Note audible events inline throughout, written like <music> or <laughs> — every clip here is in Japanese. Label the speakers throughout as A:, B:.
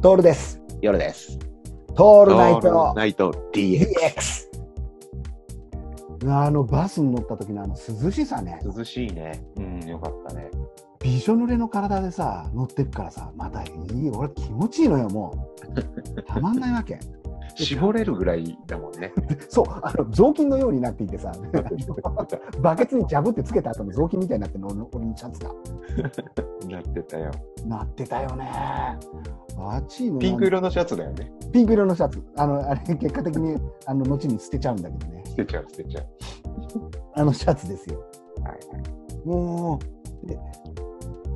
A: トールです。
B: 夜です。
A: ト
B: オ
A: ールナイト
B: ナイト DX。
A: DX。あのバスに乗った時のあの涼しさね。
B: 涼しいね。うん、よかったね。
A: びしょ濡れの体でさ、乗ってくからさ、またいい、俺気持ちいいのよ、も
B: <laughs>
A: う。たまんないわけ。
B: 絞れるぐらいだもん <laughs> ね。
A: そう、あの雑巾のようになっていてさ、 <laughs> バケツにジャブってつけた後の雑巾みたいになってるの、俺の俺のシャツが。
B: なってたよ。
A: なってたよね。あっちいの
B: ピンク色のシャツだよね。
A: ピンク色のシャツ。あの、あれ、結果的に、あの、後に捨てちゃうんだけどね。
B: 捨てちゃう、捨てちゃう。
A: あのシャツですよ。
B: はい
A: もう、で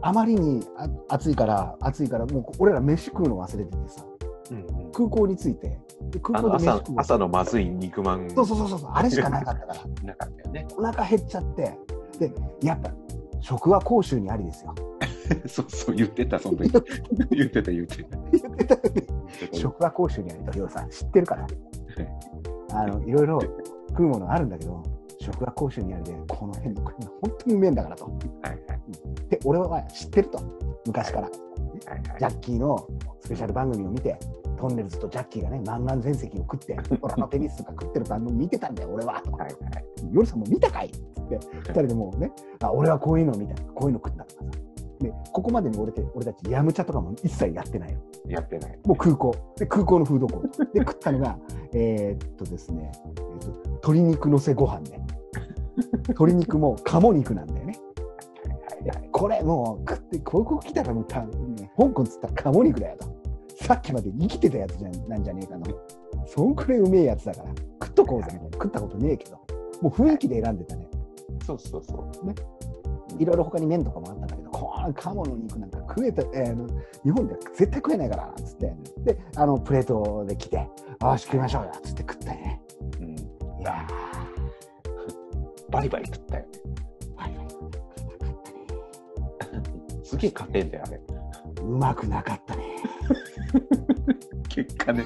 A: あまりにあ暑いから、暑いから、もう俺ら飯食うの忘れててさ、
B: うん
A: 空港に着いて、で空
B: あ
A: 港
B: の
A: で飯
B: 朝
A: 食う
B: 朝のまずい肉まん
A: そうそうそうそうそう、あれしかなかった
B: <laughs>
A: から、
B: なかったよね。
A: お腹減っちゃって、で、やっぱ、食は甲州にありです
B: <laughs>
A: よ。
B: そうそう、言ってた、その時。 <laughs> 言ってた、言っ
A: 言ってたよ
B: てた。
A: ね
B: 言ってた
A: 食は甲州にありと、りょうさん、知ってる
B: <laughs>
A: から。あの、いろいろ食うものあるんだけど、食は甲州にありで、この辺の国は本当にうめえんだからと。
B: はい
A: で、俺は知ってると、昔から。
B: はいはい
A: ジャ
B: はい
A: ッキーのスペシャル番組を見て、トンネルズとジャッキーがね、漫画全席を食って、俺のテニスとか食ってる番組見てたんだよ、俺は。とか
B: はいはい。
A: 夜さんも見たかいっつって、二人でもうね、あ俺はこういうの見た、こういうの食ったとかさ。で、ここまでに俺て俺たち、ヤムチャとかも一切やってないよ。
B: やってない。
A: もう空港。で、空港のフードコート。で、食ったのが、 <laughs> えーっとですね、えーっと鶏肉のせご飯ね。鶏肉も鴨肉なんだよね。いやこれもう食って広告来たらもうた、ね香港っつったら鴨肉だよとさっきまで生きてたやつじゃんなんじゃねえかなそんくらいうめえやつだから食っとこうぜみたいな食ったことねえけどもう雰囲気で選んでたね
B: そうそうそう。
A: いろいろ他に麺とかもあったんだけどこの鴨の肉なんか食えた、えーあの日本では絶対食えないからなんつってであのプレートで来て「ああ食いましょうよ」つって食ったね
B: うん、
A: いや
B: バリバリ食ったよ。
A: ーはいは
B: すげえ勝てんだよ、あれ。
A: いうまくなかったね
B: 結果ね。